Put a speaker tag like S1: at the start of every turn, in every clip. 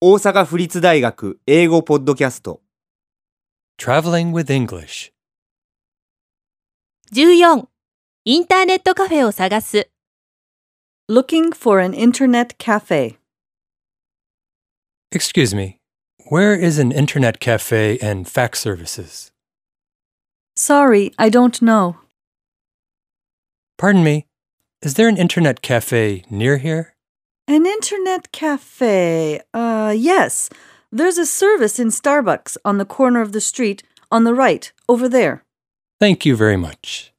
S1: 大阪府立大学英語ポッドキャスト
S2: Traveling with English.
S3: 14. インターネットカフェを探す。
S4: Looking for an internet cafe.
S2: Excuse me, where is an internet cafe and fax services?
S4: Sorry, I don't know.
S2: Pardon me, is there an internet cafe near here?
S4: An internet cafe. Uh, yes. There's a service in Starbucks on the corner of the street on the right, over there.
S2: Thank you very much.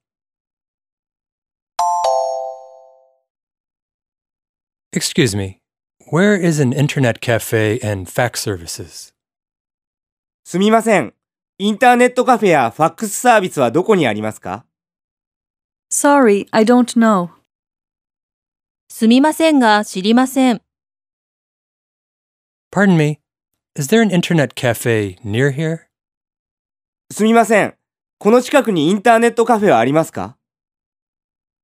S2: Excuse me, where is an internet cafe and fax services?
S1: すみませんインターネットカフェやファックスサービスはどこにありますか
S4: Sorry, I don't know.
S3: すみませんが知りません。
S2: Pardon me, is there an internet cafe near here?
S1: すみませんこの近くにインターネットカフェはありますか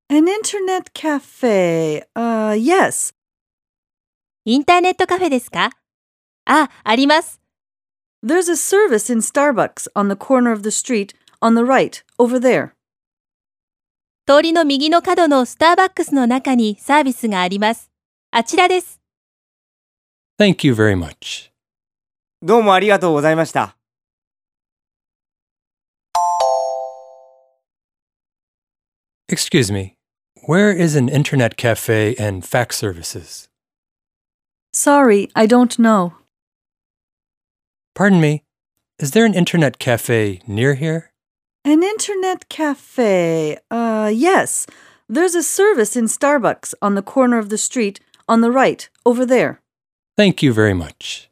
S4: An internet cafe. Uh, yes.
S3: インターネットカフェですかあ、あります。
S4: There's a service in Starbucks on the corner of the street on the right, over there.
S3: 通りの右の角のスターバックスの中にサービスがあります。あちらです。
S2: Thank you very much.
S1: どうもありがとうございました。
S2: Excuse me, where is an internet cafe and fax services?
S4: Sorry, I don't know.
S2: Pardon me, is there an internet cafe near here?
S4: An internet cafe. Uh, yes. There's a service in Starbucks on the corner of the street on the right, over there.
S2: Thank you very much.